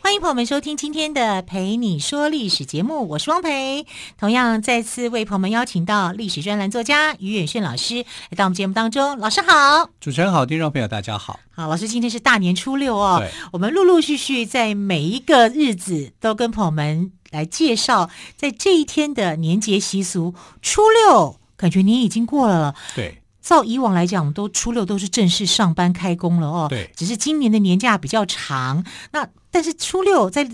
欢迎朋友们收听今天的《陪你说历史》节目，我是汪培。同样再次为朋友们邀请到历史专栏作家于远炫老师来到我们节目当中。老师好，主持人好，听众朋友大家好。好，老师今天是大年初六哦对，我们陆陆续续在每一个日子都跟朋友们来介绍，在这一天的年节习俗，初六。感觉年已经过了了，对照以往来讲，我们都初六都是正式上班开工了哦。对只是今年的年假比较长，那但是初六在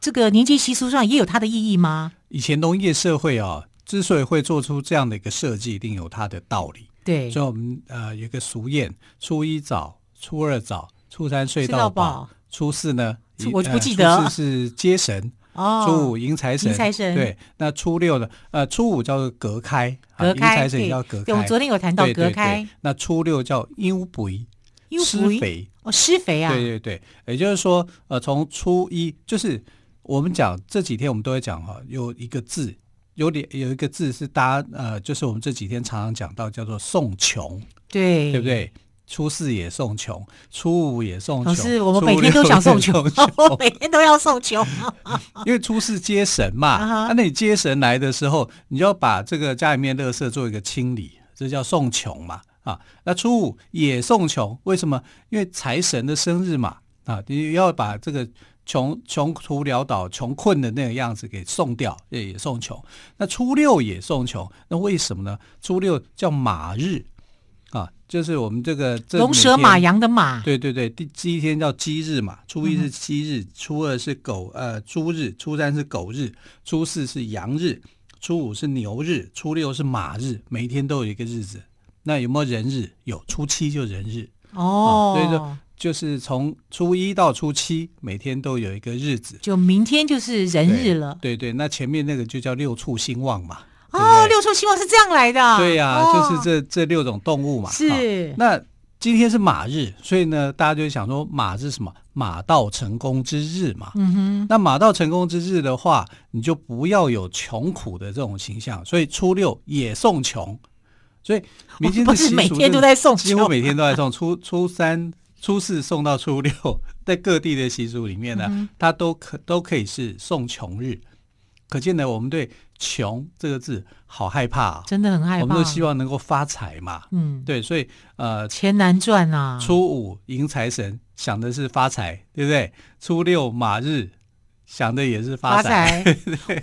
这个年节习俗上也有它的意义吗？以前农业社会啊，之所以会做出这样的一个设计，一定有它的道理。对，所以我们呃有一个俗谚：初一早，初二早，初三睡睡到到饱饱，初四呢，初一我就不呃记得初四是接神，哦，初五迎财神，迎财神对，那初六呢？呃，初五叫做隔开，啊隔迎开财神也叫隔对，我开们。昨天有谈到对对隔对开，那初六叫阴肥，因为施不一肥，哦，施肥啊，对对对，也就是说，呃，从初一就是我们讲这几天我们都会讲哈，有一个字，有点有一个字是大家呃，就是我们这几天常常讲到叫做送穷，对对不对？初四也送穷，初五也送穷。老师，我们初每天六都想也 送球，我 穷每天都要送球。因为初四接神嘛， 啊哈啊，那你接神来的时候，你就要把这个家里面垃圾做一个清理，这叫送穷嘛，啊，那初五也送穷，为什么？因为财神的生日嘛，啊，你要把这个穷穷途潦倒、穷困的那个样子给送掉，也也送穷。那初六也送穷，那为什么呢？初六叫马日，啊，就是我们这个这龙每蛇天马羊的马，对对对，第第一天叫鸡日嘛，初一是嗯鸡日，初二是狗呃猪日，初三是狗日，初四是羊日，初五是牛日，初六是马日，每一天都有一个日子。那有没有人日？有，初七就人日，哦，啊所以说就是从初一到初七，每天都有一个日子。就明天就是人日了。对对，那前面那个就叫六畜兴旺嘛。哦，对不对六畜兴旺是这样来的啊。对呀、哦就是这这六种动物嘛。啊是那今天是马日，所以呢，大家就会想说马是什么？马到成功之日嘛。嗯哼，那马到成功之日的话，你就不要有穷苦的这种形象，所以初六也送穷。所以民间不的是习每俗天就都在送几乎球，每天都在送， 初初三、初四送到初六，在各地的习俗里面呢，它都可都可以是送穷日。可见呢，我们对“穷”这个字好害怕、啊，真的很害怕。我们都希望能够发财嘛。嗯，对，所以呃，钱难赚啊。初五迎财神，想的是发财，对不对？初六马日，想的也是发发财。财，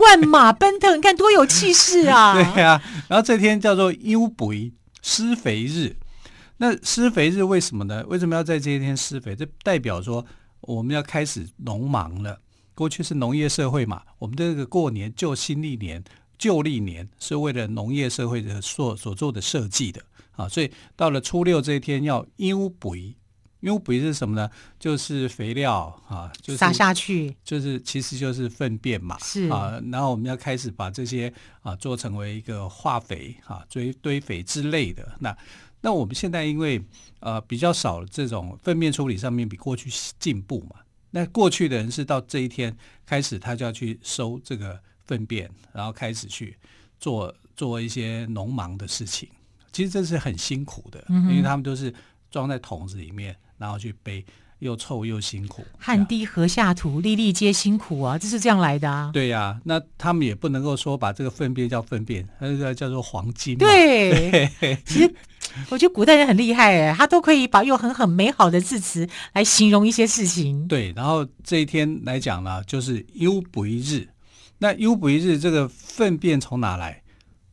万马奔腾，你看多有气势啊！ 对啊，然后这天叫做优肥施肥日。那施肥日为什么呢？为什么要在这一天施肥？这代表说我们要开始农忙了。过去是农业社会嘛，我们这个过年旧新历年、旧历年是为了农业社会的所所做的设计的啊，所以到了初六这一天要优肥。优肥是什么呢？就是肥料啊，就是撒下去，就是其实就是粪便嘛，是啊，然后我们要开始把这些啊做成为一个化肥啊、堆堆肥之类的。那那我们现在因为呃比较少这种粪便处理上面比过去进步嘛，那过去的人是到这一天开始，他就要去收这个粪便，然后开始去做做一些农忙的事情。其实这是很辛苦的，因为他们都是装在桶子里面，然后去背，又臭又辛苦。这样汗滴禾下土，粒粒皆辛苦啊，这是这样来的啊。对呀、那他们也不能够说把这个粪便叫粪便，它这个叫做黄金嘛。 对，其实我觉得古代人很厉害哎，他都可以把用很很美好的字词来形容一些事情。对，然后这一天来讲呢，就是优补一日。那优补一日这个粪便从哪来？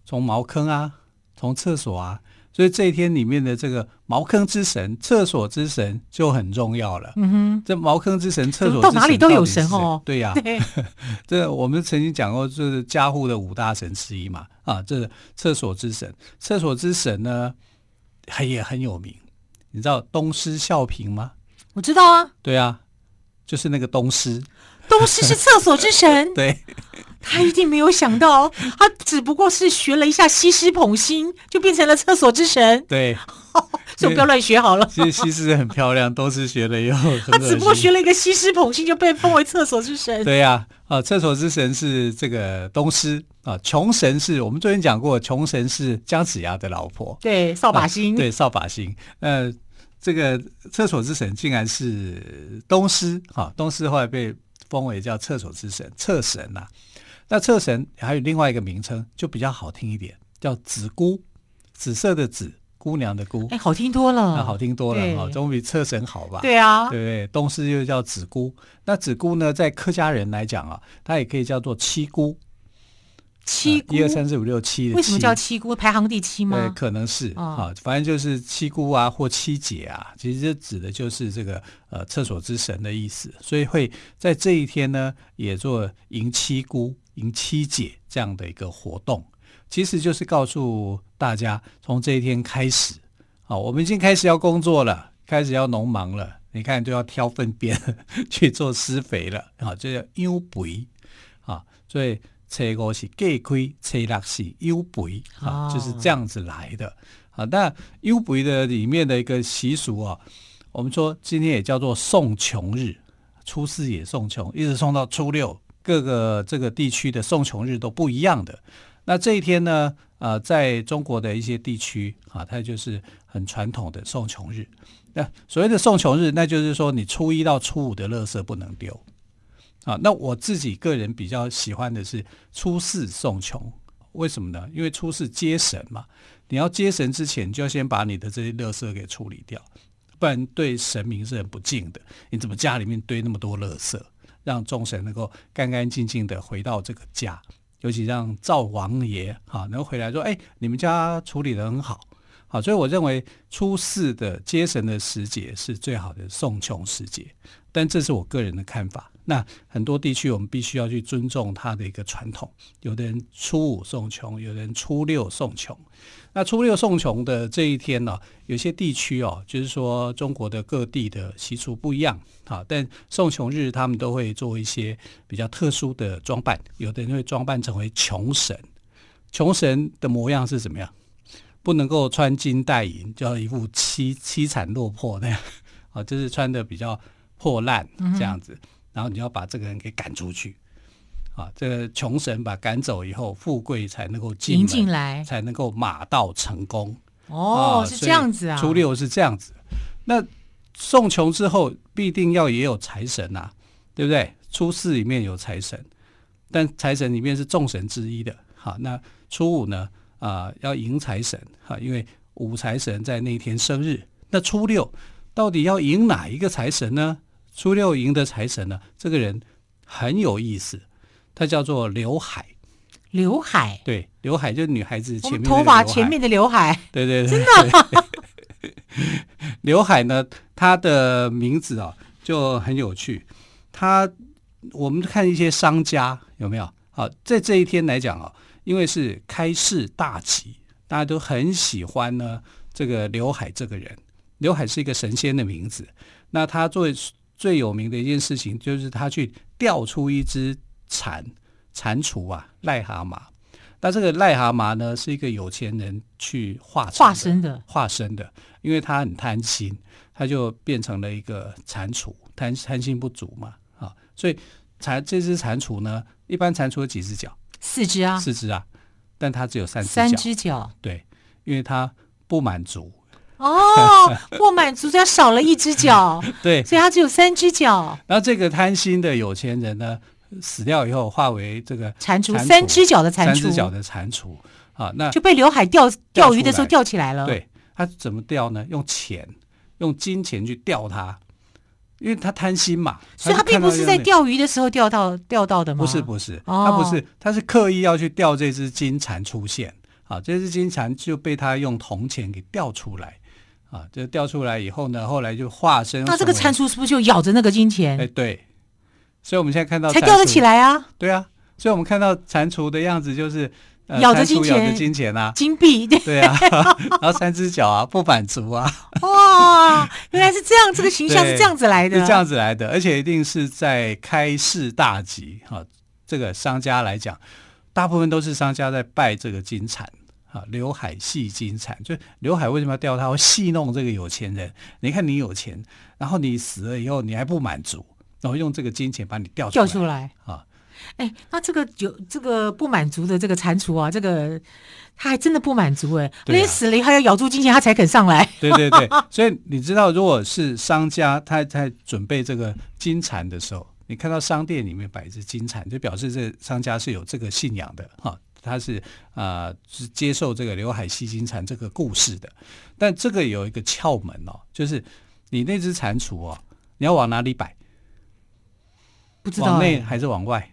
从茅坑啊，从厕所啊。所以这一天里面的这个茅坑之神、厕所之神就很重要了。嗯哼，这茅坑之神、厕所之到神哪里都有神哦到底是谁对呀、 对，这我们曾经讲过，就是家户的五大神之一嘛，啊，这是厕所之神，厕所之神呢，很也很有名。你知道东施效颦吗？我知道啊，对啊，就是那个东施， 东施是厕所之神，对， 他一定没有想到，他只不过是学了一下西施捧心，就变成了厕所之神，对，所以我不要乱学好了。其实西施很漂亮， 都是学了以后，他只不过学了一个西施捧心，就被封为厕所之神。对呀、啊，厕所之神是这个东施啊，穷神是我们昨天讲过，穷神是姜子牙的老婆，对，扫把星，啊对，扫把星，呃。这个厕所之神竟然是东施哈、东施后来被封为叫厕所之神、厕神呐、那厕神还有另外一个名称，就比较好听一点，叫紫姑，紫色的紫，姑娘的姑，哎，好听多了，啊那好听多对了哈，总比厕神好吧？对啊，对不对？东施又叫紫姑，那紫姑呢，在客家人来讲啊，它也可以叫做七姑，啊七姑一二三四五六七的为什么七叫七姑？排行第七对，吗？可能是啊、哦反正就是七姑啊或七姐啊，其实这指的就是这个呃厕所之神的意思，所以会在这一天呢也做迎七姑、迎七姐这样的一个活动，其实就是告诉大家，从这一天开始，啊，我们已经开始要工作了，开始要农忙了，你看都要挑粪便 去做施肥了，啊，这叫优肥啊，所以。初五是给亏，初六是优肥啊，就是哦这样子来的啊。那优肥的里面的一个习俗啊，我们说今天也叫做送穷日，初四也送穷，一直送到初六，各个这个地区的送穷日都不一样的。那这一天呢，呃，在中国的一些地区啊，它就是很传统的送穷日。那所谓的送穷日，那就是说你初一到初五的垃圾不能丢啊。那我自己个人比较喜欢的是初四送穷，为什么呢？因为初四接神嘛，你要接神之前，你就要先把你的这些垃圾给处理掉，不然对神明是很不敬的。你怎么家里面堆那么多垃圾，让众神能够干干净净的回到这个家？尤其让灶王爷啊能够回来说，哎，你们家处理的很好。好，所以我认为初四的接神的时节是最好的送穷时节，但这是我个人的看法。那很多地区我们必须要去尊重它的一个传统，有的人初五送穷，有的人初六送穷。那初六送穷的这一天呢、有些地区哦，就是说中国的各地的习俗不一样啊，但送穷日他们都会做一些比较特殊的装扮，有的人会装扮成为穷神，穷神的模样是怎么样？不能够穿金戴银，就要一副凄凄惨落魄那样 啊，就是穿的比较破烂这样子，嗯然后你要把这个人给赶出去。啊，这个穷神把赶走以后，富贵才能够进迎门进来才能够马到成功。哦啊，是这所以样子啊。初六是这样子，那送穷之后必定要也有财神呐、对不对？初四里面有财神，但财神里面是众神之一的。好，那初五呢？啊、要迎财神哈，因为五财神在那一天生日。那初六到底要迎哪一个财神呢？初六迎的财神呢，这个人很有意思，他叫做刘海。刘海，对，刘海就是女孩子我前们面头那个发刘前海面的刘海，对对对，真的。刘海呢，它的名字啊、就很有趣。它我们看一些商家有没有？好，在这一天来讲啊、因为是开市大吉，大家都很喜欢呢这个刘海这个人。刘海是一个神仙的名字，那他最最有名的一件事情就是他去钓出一只蟾蟾蜍啊，癞蛤蟆。那这个癞蛤蟆呢，是一个有钱人去化成的化身的化身的，因为他很贪心，他就变成了一个蟾蜍，贪贪心不足嘛啊，所以蟾这只蟾蜍呢，一般蟾蜍有几只脚？四只啊，四只啊，但它只有三只三脚，只 脚。对，因为它不满足，哦，不满足，他少了一只 脚，对，所以他只有三只脚。然后这个贪心的有钱人呢，死掉以后化为这个蟾蜍，蟾蜍三只脚的蟾三只脚蜍的蟾蜍啊，那就被刘海钓钓钓鱼的出时候来钓起来了。，对他怎么钓呢？用钱，用金钱去钓它，因为他贪心嘛，所以就他并看到不是那在个钓鱼的时候钓到钓到的吗？不是不是，哦他不是，他是刻意要去钓这只金蟾出现啊，这只金蟾就被他用铜钱给钓出来啊，这钓出来以后呢，后来就化身那这个成蟾为蜍是不是就咬着那个金哎钱对，所以我们现在看到才蟾钓得蜍起来啊？对啊，所以我们看到蟾蜍的样子就是呃咬着蟾蜍金咬着钱金钱啊，金币， 对，对啊， 然后三只脚啊，不满足啊，哇，原来是这样，这个形象是对这样子来的，是这样子来的，而且一定是在开市大吉哈、这个商家来讲，大部分都是商家在拜这个金蝉啊，刘海戏金蝉，就刘海为什么要掉它？会戏弄这个有钱人。你看你有钱，然后你死了以后你还不满足，然后用这个金钱把你吊出叫来出来。啊。哎，那这个有这个不满足的这个蟾蜍啊，这个他还真的不满足哎、对啊连死了还要咬住金钱，他才肯上来。对对 对，所以你知道，如果是商家他在准备这个金蝉的时候，你看到商店里面摆一只金蝉，就表示这商家是有这个信仰的哈，他是啊、呃是接受这个刘海戏金蝉这个故事的。但这个有一个窍门哦，就是你那只蟾蜍哦，你要往哪里摆？不知道往哎、内还是往外？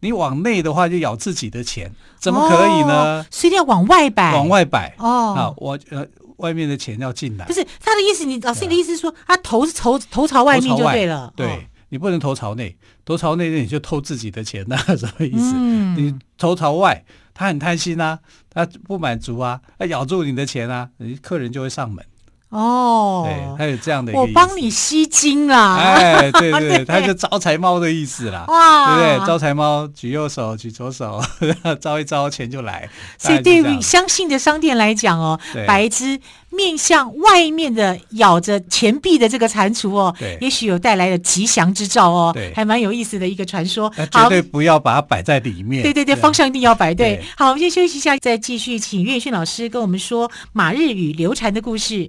你往内的话就咬自己的钱，怎么可以哦呢？所以一定要往外摆。往外摆啊哦，，我呃外面的钱要进来不。是他的意思，你老师你的意思是说，他头是头头朝外面头就朝外对了。对、哦你不能头朝内，头朝内那你就偷自己的钱呐、 什么意思？嗯你头朝外，他很贪心啊，他不满足啊，他咬住你的钱啊，你客人就会上门。对，哦，他有这样的一个我意思帮你。啊吸金啦。哎，对对对 对，他就招财猫的意思啦，哇对不对？ 招财猫举右手，举左手， 招一招钱就来。所以大概对就这样于相信的商店来讲哦对，摆一只面向外面的咬着钱币的这个蟾蜍哦对，也许有带来了吉祥之兆哦对，还蛮有意思的一个传说那。绝好，对不要把它摆在里面。对对对，啊方向一定要摆对对。好，我们先休息一下，再继续请岳迅老师跟我们说马日与刘禅的故事。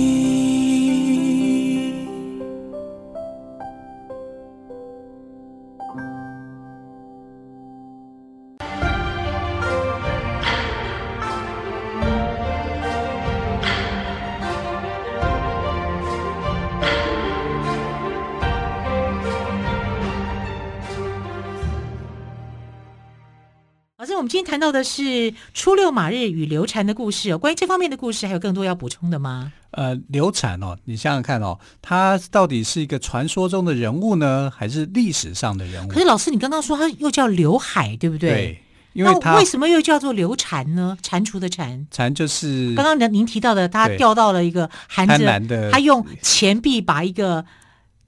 老师，我们今天谈到的是初六马日与刘禅的故事哦，关于这方面的故事，还有更多要补充的吗？呃，刘禅哦，你想想看哦，他到底是一个传说中的人物呢，还是历史上的人物可？是老师，你刚刚说他又叫刘海，对不对？嗯对，因为那他为什么又叫做流蟾呢？蟾蜍的蟾。蝉就是刚刚您您提到的，他对钓到了一个含贪婪着，的他用钱币把一个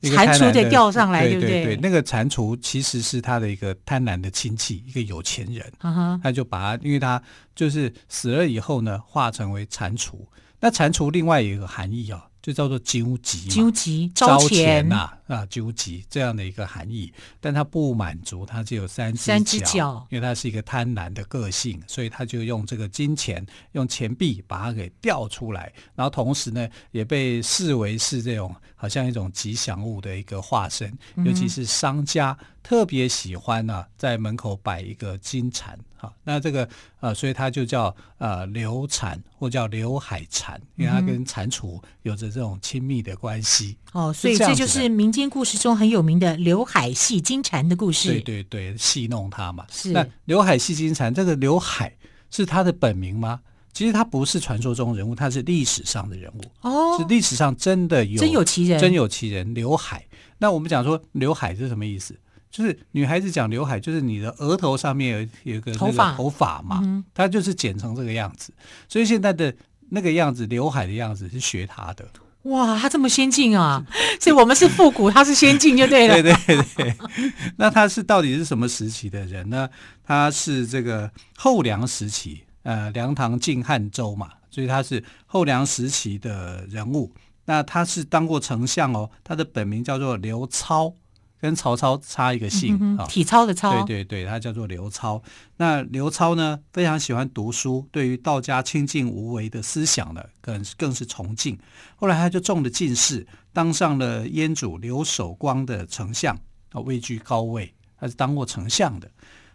一个蟾贪蜍婪给的钓上来，对不对？那个蟾蜍其实是他的一个贪婪的亲戚，一个有钱人，啊哈，他就把他，因为他就是死了以后呢，化成为蟾蜍。那蟾蜍另外有一个含义哦，就叫做荆棘嘛。纠集招钱呐啊，纠集这样的一个含义，但他不满足，他只有三只三只脚因为他是一个贪婪的个性，所以他就用这个金钱、用钱币把它给调出来，然后同时呢，也被视为是这种好像一种吉祥物的一个化身，嗯尤其是商家特别喜欢呢、在门口摆一个金蟾。好，那这个呃，所以它就叫呃流蟾或叫刘海蟾，因嗯为它跟蟾蜍有着这种亲密的关系。哦，是所以这这样就子的是民间故事中很有名的刘海戏金蟾的故事。对对对，戏弄他嘛。是那刘海戏金蟾，这个刘海是他的本名吗？其实他不是传说中人物，他是历史上的人物，是哦，历史上真的有真有其人，真有其人刘海。那我们讲说刘海是什么意思？就是女孩子讲刘海，就是你的额头上面有一有一个那头个发头发嘛，嗯它就是剪成这个样子。所以现在的那个样子，刘海的样子是学他的。哇，他这么先进啊！ 所以我们是复古，他是先进就对了。对对对， 那他是到底是什么时期的人呢？他是这个后梁时期，呃，梁唐晋汉周嘛，所以他是后梁时期的人物。那他是当过丞相哦，他的本名叫做刘超，跟曹操差一个姓嗯啊、哼体操的操，对对对，他叫做刘超。那刘超呢，非常喜欢读书，对于道家清净无为的思想呢，更更是崇敬。后来他就中了进士，当上了燕主刘守光的丞相，啊，位居高位，他是当过丞相的。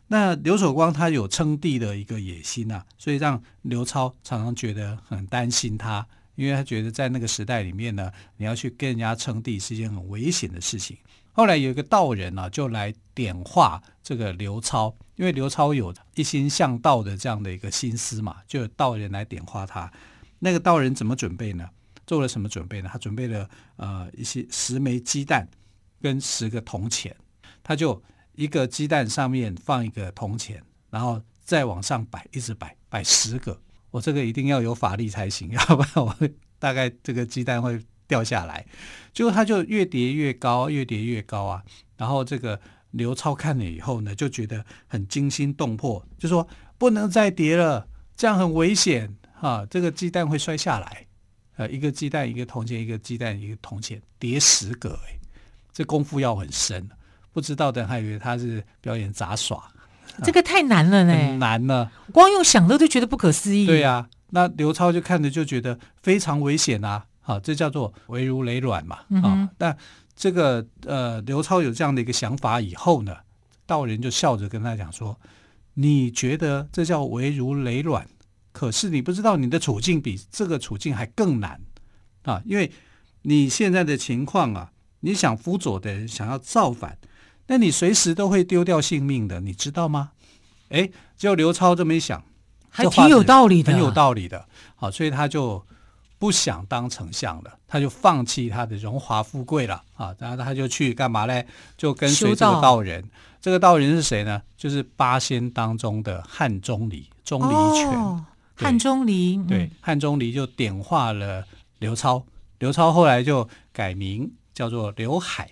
那刘守光他有称帝的一个野心啊，所以让刘超常常觉得很担心他，因为他觉得在那个时代里面呢，你要去跟人家称帝是一件很危险的事情。后来有一个道人啊，就来点化这个刘超，因为刘超有一心向道的这样的一个心思嘛，就有道人来点化他。那个道人怎么准备呢？做了什么准备呢？他准备了呃一些十枚鸡蛋跟十个铜钱，他就一个鸡蛋上面放一个铜钱，然后再往上摆，一直摆摆十个。我这个一定要有法力才行， 要不然我会大概这个鸡蛋会掉下来。结果他就越叠越高，越叠越高啊。然后这个刘超看了以后呢，就觉得很惊心动魄，就说不能再叠了，这样很危险啊，这个鸡蛋会摔下来。呃，一个鸡蛋一个铜钱，一个鸡蛋一个铜钱，叠十个、欸，哎，这功夫要很深，不知道的人还以为他是表演杂耍，这个太难了很呢，难呢。光用想的都觉得不可思议。嗯对呀、啊那刘超就看着就觉得非常危险啊，好、这叫做危如累卵嘛，嗯哼啊，那这个呃，刘超有这样的一个想法以后呢，道人就笑着跟他讲说：“你觉得这叫危如累卵，可是你不知道你的处境比这个处境还更难啊，因为你现在的情况啊，你想辅佐的人想要造反，那你随时都会丢掉性命的，你知道吗？”哎，就刘超这么一想，还这挺话有是道理的啊很有道理的。好，所以他就不想当丞相了，他就放弃他的荣华富贵了啊，然后他就去干嘛嘞？就跟随修这个道道人。这个道人是谁呢？就是八仙当中的汉钟离，钟离权。哦，对汉钟离，嗯对，，汉钟离就点化了刘超，刘超后来就改名叫做刘海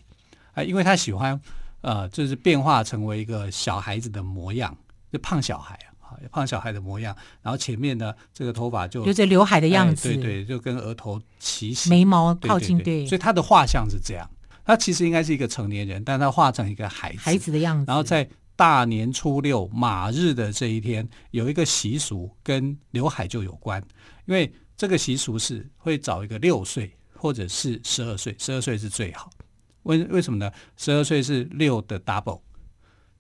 啊，因为他喜欢呃，就是变化成为一个小孩子的模样，就胖小孩啊，胖小孩的模样，然后前面呢，这个头发就留着刘海的样哎子，对对，就跟额头齐形，眉毛对靠近，对对，所以他的画像是这样，他其实应该是一个成年人，但他画成一个孩子，孩子的样子，然后在大年初六马日的这一天，有一个习俗跟刘海就有关，因为这个习俗是会找一个六岁或者是十二岁，十二岁是最好。为为什么呢？十二岁是六的 double，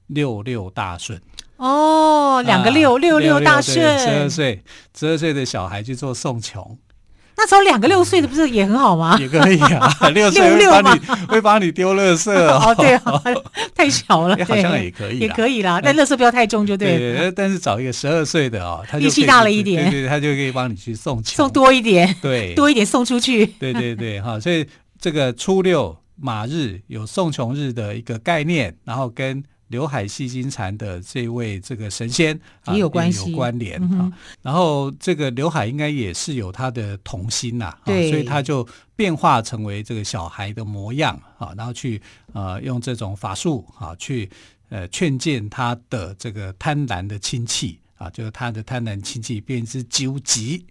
六六大顺。哦，两个六啊六六六大十二顺，岁，十二岁的小孩去做送穷那找两个六岁的不是也很好吗？也可以啊，六岁六会六帮你会帮你丢垃圾 哦，哦，对啊， 太小了，哎好像对也可以啦嗯也可以啦，但乐色不要太重就对了，对，但是找一个十二岁的哦，他就力气可以大了去一点对对，他就可以帮你去送球，送多一点，对，多一点送出去，对对对，哈，所以这个初六马日有送穷日的一个概念，然后跟刘海戏金蝉的这位这个神仙啊也有关系也有关联嗯哼啊。然后这个刘海应该也是有他的童心呐、啊，对所以他就变化成为这个小孩的模样啊，然后去呃用这种法术啊去呃劝谏他的这个贪婪的亲戚啊，就是他的贪婪亲戚变之纠集。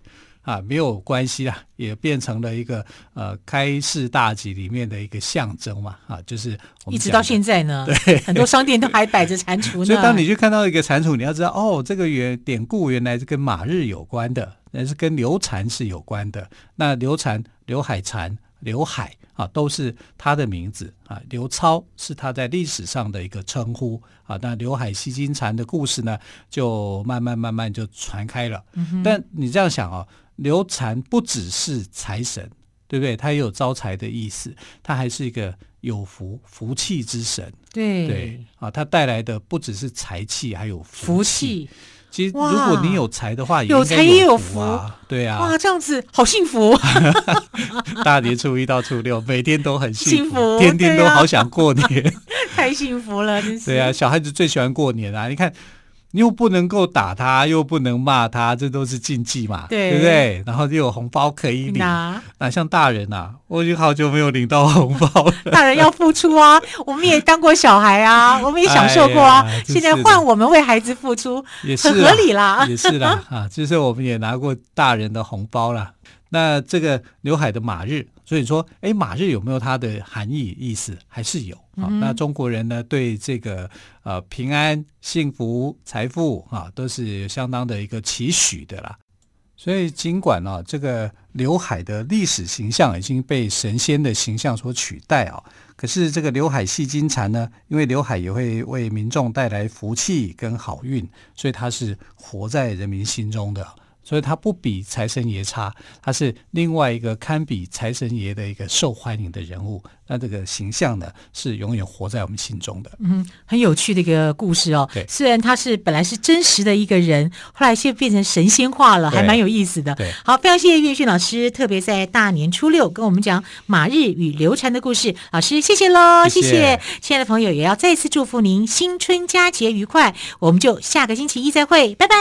啊，没有关系啊，也变成了一个呃开市大吉里面的一个象征嘛，啊，就是我们一直到现在。在呢，很多商店都还摆着蟾蜍呢。所以当你去看到一个蟾蜍，你要知道哦，这个原典故原来是跟马日有关的，那是跟流禅是有关的。那流禅、刘海禅、刘海啊，都是他的名字啊。刘超是他在历史上的一个称呼啊。那刘海吸金禅的故事呢，就慢慢慢慢就传开了。但你这样想哦，刘禅不只是财神，对不对？他也有招财的意思，他还是一个有福福气之神。对对啊，它带来的不只是财气，还有福福气。气其实，如哇果你有财的话，也有应该财也有福啊。对啊哇，，这样子好幸福， 大年初一到初六，每天都很幸幸福天天对都啊好想过年。 太幸福了，真是。对啊，，小孩子最喜欢过年啊！你看，你又不能够打他，又不能骂他，这都是禁忌嘛，对不对？然后又有红包可以领，哪、那像大人啊，我已经好久没有领到红包 了。 大人要付出啊，我们也当过小孩啊，我们也享受过啊哎呀，真现在哎是的换我们为孩子付出，也是啊很啦合理啦 也是啦啊，就是我们也拿过大人的红包啦。那这个刘海的马日，所以说，哎，马日有没有它的含义意思？还是有啊。那中国人呢，对这个呃平安、幸福、财富啊，都是有相当的一个期许的啦。所以尽管啊，这个刘海的历史形象已经被神仙的形象所取代啊，可是这个刘海戏金蟾呢，因为刘海也会为民众带来福气跟好运，所以它是活在人民心中的。所以它不比财神爷差，它是另外一个堪比财神爷的一个受欢迎的人物。那这个形象呢，是永远活在我们心中的。嗯，很有趣的一个故事哦对。虽然他是本来是真实的一个人，后来却变成神仙化了，对还蛮有意思的。对好，非常谢谢岳迅老师，特别在大年初六跟我们讲马日与刘禅的故事。老师，谢谢喽，谢谢谢。亲爱的朋友，也要再次祝福您新春佳节愉快。我们就下个星期一再会，拜拜。